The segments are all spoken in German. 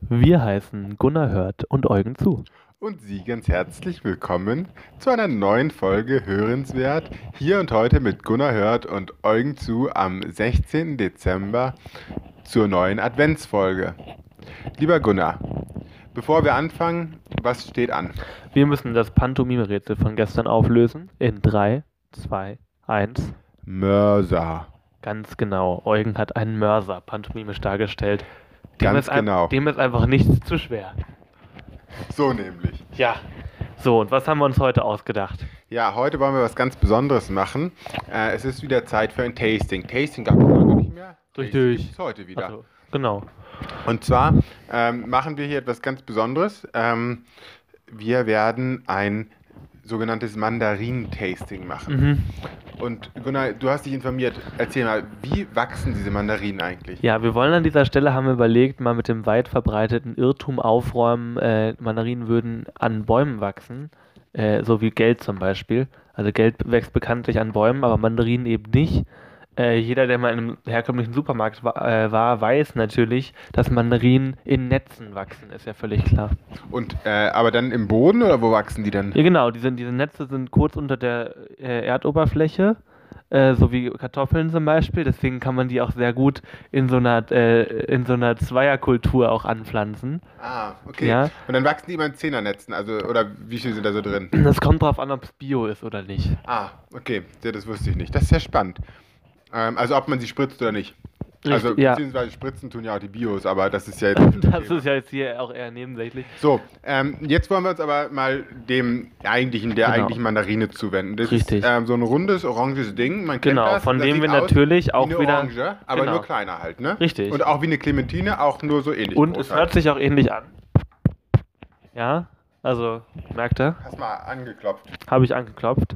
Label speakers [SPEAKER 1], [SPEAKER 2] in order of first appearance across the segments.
[SPEAKER 1] Wir heißen Gunnar Hört und Eugen zu.
[SPEAKER 2] und Sie ganz herzlich willkommen zu einer neuen Folge Hörenswert. Hier und heute mit Gunnar Hört und Eugen zu am 16. Dezember zur neuen Adventsfolge. Lieber Gunnar, bevor wir anfangen, was steht an?
[SPEAKER 1] Wir müssen das Pantomime-Rätsel von gestern auflösen. In 3, 2, 1.
[SPEAKER 2] Mörser.
[SPEAKER 1] Ganz genau. Eugen hat einen Mörser pantomimisch dargestellt.
[SPEAKER 2] Ganz
[SPEAKER 1] ist ein-
[SPEAKER 2] genau.
[SPEAKER 1] Dem ist einfach nichts zu schwer.
[SPEAKER 2] So nämlich.
[SPEAKER 1] Ja. So, und was haben wir uns heute ausgedacht?
[SPEAKER 2] Ja, heute wollen wir was ganz Besonderes machen. Äh, es ist wieder Zeit für ein Tasting. Tasting gab es heute nicht mehr.
[SPEAKER 1] Durch,
[SPEAKER 2] Tasting
[SPEAKER 1] durch.
[SPEAKER 2] gibt's heute wieder.
[SPEAKER 1] Also, genau.
[SPEAKER 2] Und zwar ähm, machen wir hier etwas ganz Besonderes. Ähm, wir werden ein sogenanntes Mandarinen-Tasting machen.
[SPEAKER 1] Mhm.
[SPEAKER 2] Und Gunnar, du hast dich informiert. Erzähl mal, wie wachsen diese Mandarinen eigentlich?
[SPEAKER 1] Ja, wir wollen an dieser Stelle, haben wir überlegt, mal mit dem weit verbreiteten Irrtum aufräumen, äh, Mandarinen würden an Bäumen wachsen, äh, so wie Geld zum Beispiel. Also Geld wächst bekanntlich an Bäumen, aber Mandarinen eben nicht. Äh, jeder, der mal in einem herkömmlichen Supermarkt wa äh, war, weiß natürlich, dass Mandarinen in Netzen wachsen, ist ja völlig klar.
[SPEAKER 2] Und äh, aber dann im Boden oder wo wachsen die dann?
[SPEAKER 1] Ja, genau, diese, diese Netze sind kurz unter der äh, Erdoberfläche, äh, so wie Kartoffeln zum Beispiel. Deswegen kann man die auch sehr gut in so einer, äh, in so einer Zweierkultur auch anpflanzen.
[SPEAKER 2] Ah, okay.
[SPEAKER 1] Ja.
[SPEAKER 2] Und dann wachsen die immer in Zehnernetzen, also oder wie viel sind da so drin?
[SPEAKER 1] Es kommt drauf an, ob es Bio ist oder nicht.
[SPEAKER 2] Ah, okay. Ja, das wusste ich nicht. Das ist ja spannend. Ähm, also ob man sie spritzt oder nicht. Also
[SPEAKER 1] ja.
[SPEAKER 2] beziehungsweise spritzen tun ja auch die Bios, aber das ist ja jetzt nicht
[SPEAKER 1] Das
[SPEAKER 2] Thema.
[SPEAKER 1] ist ja jetzt hier auch eher nebensächlich.
[SPEAKER 2] So, ähm, jetzt wollen wir uns aber mal dem eigentlichen, der
[SPEAKER 1] Genau.
[SPEAKER 2] eigentlichen Mandarine zuwenden. Das
[SPEAKER 1] Richtig.
[SPEAKER 2] ist ähm, so ein rundes, oranges Ding. Man kennt
[SPEAKER 1] Genau,
[SPEAKER 2] das.
[SPEAKER 1] von
[SPEAKER 2] das
[SPEAKER 1] dem
[SPEAKER 2] sieht
[SPEAKER 1] wir
[SPEAKER 2] aus
[SPEAKER 1] natürlich auch
[SPEAKER 2] wie eine
[SPEAKER 1] wieder-
[SPEAKER 2] Orange, aber
[SPEAKER 1] genau.
[SPEAKER 2] nur kleiner halt, ne?
[SPEAKER 1] Richtig.
[SPEAKER 2] Und auch wie eine Clementine, auch nur so ähnlich.
[SPEAKER 1] Und
[SPEAKER 2] groß
[SPEAKER 1] es
[SPEAKER 2] halt.
[SPEAKER 1] hört sich auch ähnlich an. Ja, also merkt ihr,
[SPEAKER 2] Hast mal angeklopft.
[SPEAKER 1] habe ich angeklopft.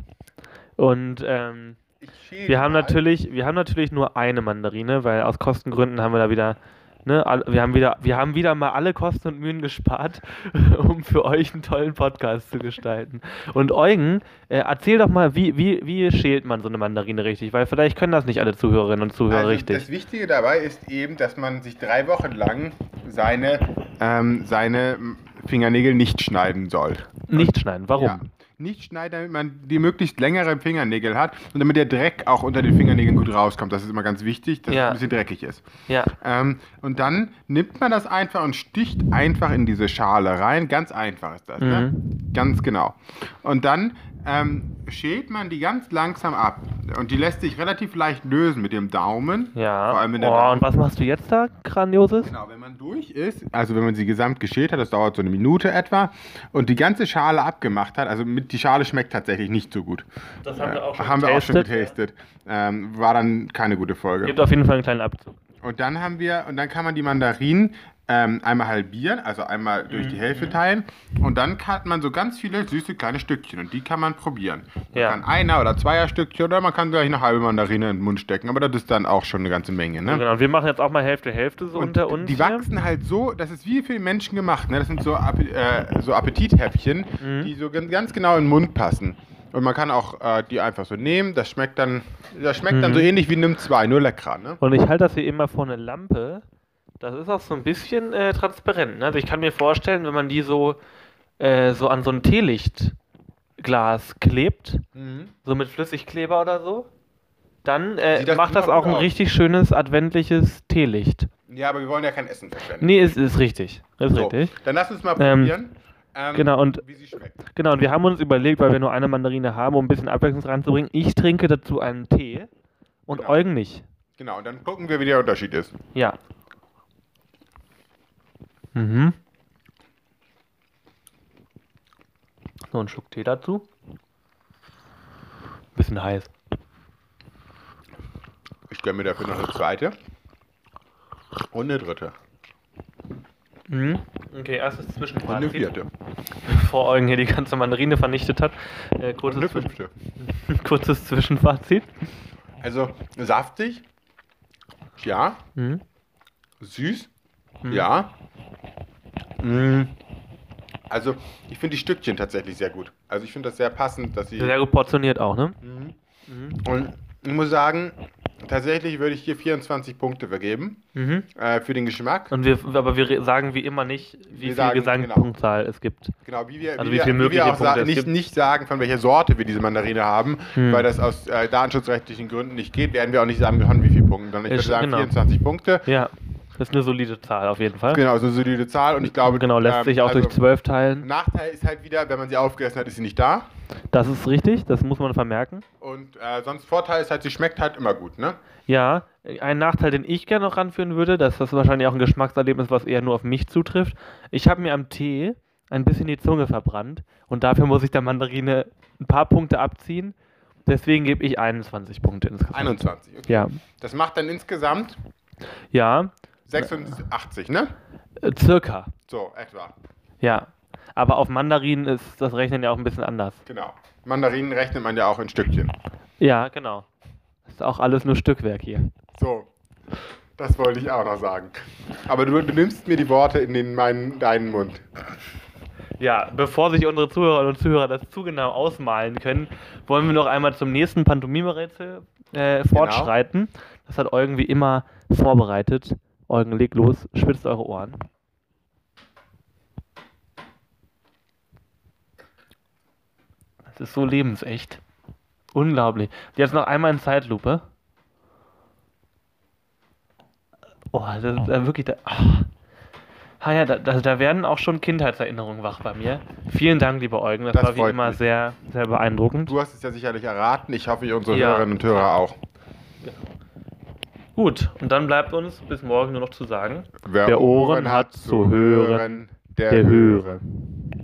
[SPEAKER 1] Und ähm,
[SPEAKER 2] Ich schäle
[SPEAKER 1] Wir haben
[SPEAKER 2] mal.
[SPEAKER 1] natürlich, wir haben natürlich nur eine Mandarine, weil aus Kostengründen haben wir da wieder, ne, all- wir haben wieder, wir haben wieder mal alle Kosten und Mühen gespart, um für euch einen tollen Podcast zu gestalten. Und Eugen, äh, erzähl doch mal, wie, wie, wie schält man so eine Mandarine richtig? Weil vielleicht können das nicht alle Zuhörerinnen und Zuhörer
[SPEAKER 2] also Das
[SPEAKER 1] richtig.
[SPEAKER 2] Wichtige dabei ist eben, dass man sich drei Wochen lang seine, ähm, seine Fingernägel nicht schneiden soll.
[SPEAKER 1] Nicht schneiden. Warum?
[SPEAKER 2] Ja. Nicht schneiden, damit man die möglichst längeren Fingernägel hat und damit der Dreck auch unter den Fingernägeln gut rauskommt. Das ist immer ganz wichtig, dass
[SPEAKER 1] Ja.
[SPEAKER 2] es ein bisschen dreckig ist.
[SPEAKER 1] Ja.
[SPEAKER 2] Ähm, und dann nimmt man das einfach und sticht einfach in diese Schale rein. Ganz einfach ist das, ne?
[SPEAKER 1] Mhm.
[SPEAKER 2] Ganz genau. Und dann ähm, schält man die ganz langsam ab. Und die lässt sich relativ leicht lösen mit dem Daumen.
[SPEAKER 1] Ja.
[SPEAKER 2] Vor allem in der
[SPEAKER 1] oh,
[SPEAKER 2] Daumen.
[SPEAKER 1] und was machst du jetzt da, Grandioses?
[SPEAKER 2] Genau, wenn man durch ist, also wenn man sie gesamt geschält hat, das dauert so eine Minute etwa, und die ganze Schale abgemacht hat, also mit, die Schale schmeckt tatsächlich nicht so gut. Äh,
[SPEAKER 1] Das haben wir auch schon
[SPEAKER 2] Haben wir auch schon
[SPEAKER 1] getestet.
[SPEAKER 2] getestet. Ähm, war dann keine gute Folge.
[SPEAKER 1] Gibt auf jeden Fall einen kleinen Abzug.
[SPEAKER 2] Und dann haben wir, und dann kann man die Mandarinen ähm, einmal halbieren, also einmal durch
[SPEAKER 1] Mhm.
[SPEAKER 2] die Hälfte teilen. Und dann hat man so ganz viele süße kleine Stückchen und die kann man probieren. Man
[SPEAKER 1] Ja.
[SPEAKER 2] kann einer oder zweier Stückchen oder man kann gleich eine halbe Mandarine in den Mund stecken, aber das ist dann auch schon eine ganze Menge. Ne?
[SPEAKER 1] Genau. Und wir machen jetzt auch mal Hälfte Hälfte so unter uns.
[SPEAKER 2] Die
[SPEAKER 1] hier.
[SPEAKER 2] wachsen halt so, das ist wie für die Menschen gemacht. Ne? Das sind so, Appe äh, so Appetithäppchen,
[SPEAKER 1] Mhm.
[SPEAKER 2] die so gan- ganz genau in den Mund passen. Und man kann auch äh, die einfach so nehmen. Das schmeckt dann, das schmeckt dann so
[SPEAKER 1] Mhm.
[SPEAKER 2] ähnlich wie Nimm 2, nur leckerer. Ne?
[SPEAKER 1] Und ich halte das hier immer vor eine Lampe. Das ist auch so ein bisschen äh, transparent. Ne? Also ich kann mir vorstellen, wenn man die so, äh, so an so ein Teelichtglas klebt,
[SPEAKER 2] Mhm.
[SPEAKER 1] so mit Flüssigkleber oder so, dann äh,
[SPEAKER 2] Sieht das
[SPEAKER 1] macht das
[SPEAKER 2] immer
[SPEAKER 1] auch
[SPEAKER 2] gut
[SPEAKER 1] ein
[SPEAKER 2] aus.
[SPEAKER 1] richtig schönes adventliches Teelicht.
[SPEAKER 2] Ja, aber wir wollen ja kein Essen verschwenden.
[SPEAKER 1] Nee, ist, ist richtig. Ist
[SPEAKER 2] so,
[SPEAKER 1] richtig.
[SPEAKER 2] Dann lass uns mal
[SPEAKER 1] Ähm,
[SPEAKER 2] probieren, ähm,
[SPEAKER 1] genau, und-
[SPEAKER 2] wie sie schmeckt.
[SPEAKER 1] Genau, und wir haben uns überlegt, weil wir nur eine Mandarine haben, um ein bisschen Abwechslung reinzubringen, ich trinke dazu einen Tee und
[SPEAKER 2] Genau.
[SPEAKER 1] Eugen nicht.
[SPEAKER 2] Genau, und dann gucken wir, wie der Unterschied ist.
[SPEAKER 1] Ja. Mhm. Noch einen Schluck Tee dazu. Bisschen heiß.
[SPEAKER 2] Ich stelle mir dafür noch eine zweite und eine dritte
[SPEAKER 1] Mhm. Okay, erstes
[SPEAKER 2] und eine
[SPEAKER 1] Zwischenfazit.
[SPEAKER 2] vierte
[SPEAKER 1] Bevor Eugen hier die ganze Mandarine vernichtet hat. Äh,
[SPEAKER 2] und eine
[SPEAKER 1] kurzes, Zwisch-
[SPEAKER 2] fünfte.
[SPEAKER 1] kurzes Zwischenfazit.
[SPEAKER 2] Also saftig, ja,
[SPEAKER 1] Mhm.
[SPEAKER 2] süß, ja. Mm. Also ich finde die Stückchen tatsächlich sehr gut. Also ich finde das sehr passend, dass sie
[SPEAKER 1] Sehr gut portioniert auch, ne?
[SPEAKER 2] und ich Mm. muss sagen, Tatsächlich würde ich hier 24 Punkte vergeben
[SPEAKER 1] Mhm.
[SPEAKER 2] äh, für den Geschmack.
[SPEAKER 1] Und wir, aber wir re- sagen wie immer nicht, wie
[SPEAKER 2] Wir
[SPEAKER 1] viel
[SPEAKER 2] sagen,
[SPEAKER 1] Gesangspunktzahl es gibt.
[SPEAKER 2] Genau, wie wir,
[SPEAKER 1] Also
[SPEAKER 2] wie
[SPEAKER 1] wie
[SPEAKER 2] wir,
[SPEAKER 1] viel
[SPEAKER 2] wie
[SPEAKER 1] mögliche
[SPEAKER 2] wir auch sa-
[SPEAKER 1] Punkte es
[SPEAKER 2] nicht,
[SPEAKER 1] gibt.
[SPEAKER 2] nicht sagen, von welcher Sorte wir diese Mandarine haben,
[SPEAKER 1] Hm.
[SPEAKER 2] weil das aus äh, datenschutzrechtlichen Gründen nicht geht, werden wir auch nicht sagen, von wie viel Punkten, sondern ich
[SPEAKER 1] Ist-
[SPEAKER 2] würde sagen
[SPEAKER 1] genau.
[SPEAKER 2] 24 Punkte.
[SPEAKER 1] Ja, das ist eine solide Zahl auf jeden Fall.
[SPEAKER 2] Genau, so eine solide Zahl und ich glaube...
[SPEAKER 1] Genau, lässt
[SPEAKER 2] ähm,
[SPEAKER 1] sich auch
[SPEAKER 2] also,
[SPEAKER 1] durch zwölf teilen.
[SPEAKER 2] Nachteil ist halt wieder, wenn man sie aufgegessen hat, ist sie nicht da.
[SPEAKER 1] Das ist richtig, das muss man vermerken.
[SPEAKER 2] Und äh, sonst Vorteil ist halt, sie schmeckt halt immer gut, ne?
[SPEAKER 1] Ja, ein Nachteil, den ich gerne noch ranführen würde, dass das wahrscheinlich auch ein Geschmackserlebnis, was eher nur auf mich zutrifft. Ich habe mir am Tee ein bisschen die Zunge verbrannt und dafür muss ich der Mandarine ein paar Punkte abziehen. Deswegen gebe ich 21 Punkte insgesamt.
[SPEAKER 2] 21. Okay.
[SPEAKER 1] Ja,
[SPEAKER 2] Das macht dann insgesamt
[SPEAKER 1] ja,
[SPEAKER 2] 86, ne?
[SPEAKER 1] äh, circa.
[SPEAKER 2] So, etwa.
[SPEAKER 1] Ja, aber auf Mandarinen ist das Rechnen ja auch ein bisschen anders.
[SPEAKER 2] Genau. Mandarinen rechnet man ja auch in Stückchen.
[SPEAKER 1] Ja, genau. Ist auch alles nur Stückwerk hier.
[SPEAKER 2] So, das wollte ich auch noch sagen. Aber du, du nimmst mir die Worte in den, meinen, deinen Mund.
[SPEAKER 1] Ja, bevor sich unsere Zuhörerinnen und Zuhörer das zu genau ausmalen können, wollen wir noch einmal zum nächsten Pantomime-Rätsel äh, fortschreiten. Das hat Eugen wie immer vorbereitet. Eugen, legt los, spitzt eure Ohren. Das ist so lebensecht. Unglaublich. Jetzt noch einmal in Zeitlupe. Oh, das ist äh, wirklich. Da, ah. Ah ja, da, da, da werden auch schon Kindheitserinnerungen wach bei mir. Vielen Dank, lieber Eugen. Das,
[SPEAKER 2] Das
[SPEAKER 1] war wie
[SPEAKER 2] freut
[SPEAKER 1] immer
[SPEAKER 2] mich.
[SPEAKER 1] sehr, sehr beeindruckend.
[SPEAKER 2] Du hast es ja sicherlich erraten. Ich hoffe, ihr unsere
[SPEAKER 1] Ja.
[SPEAKER 2] Hörerinnen und Hörer auch.
[SPEAKER 1] Gut, und dann bleibt uns bis morgen nur noch zu sagen.
[SPEAKER 2] Wer,
[SPEAKER 1] Wer Ohren hat zu hören, der höre.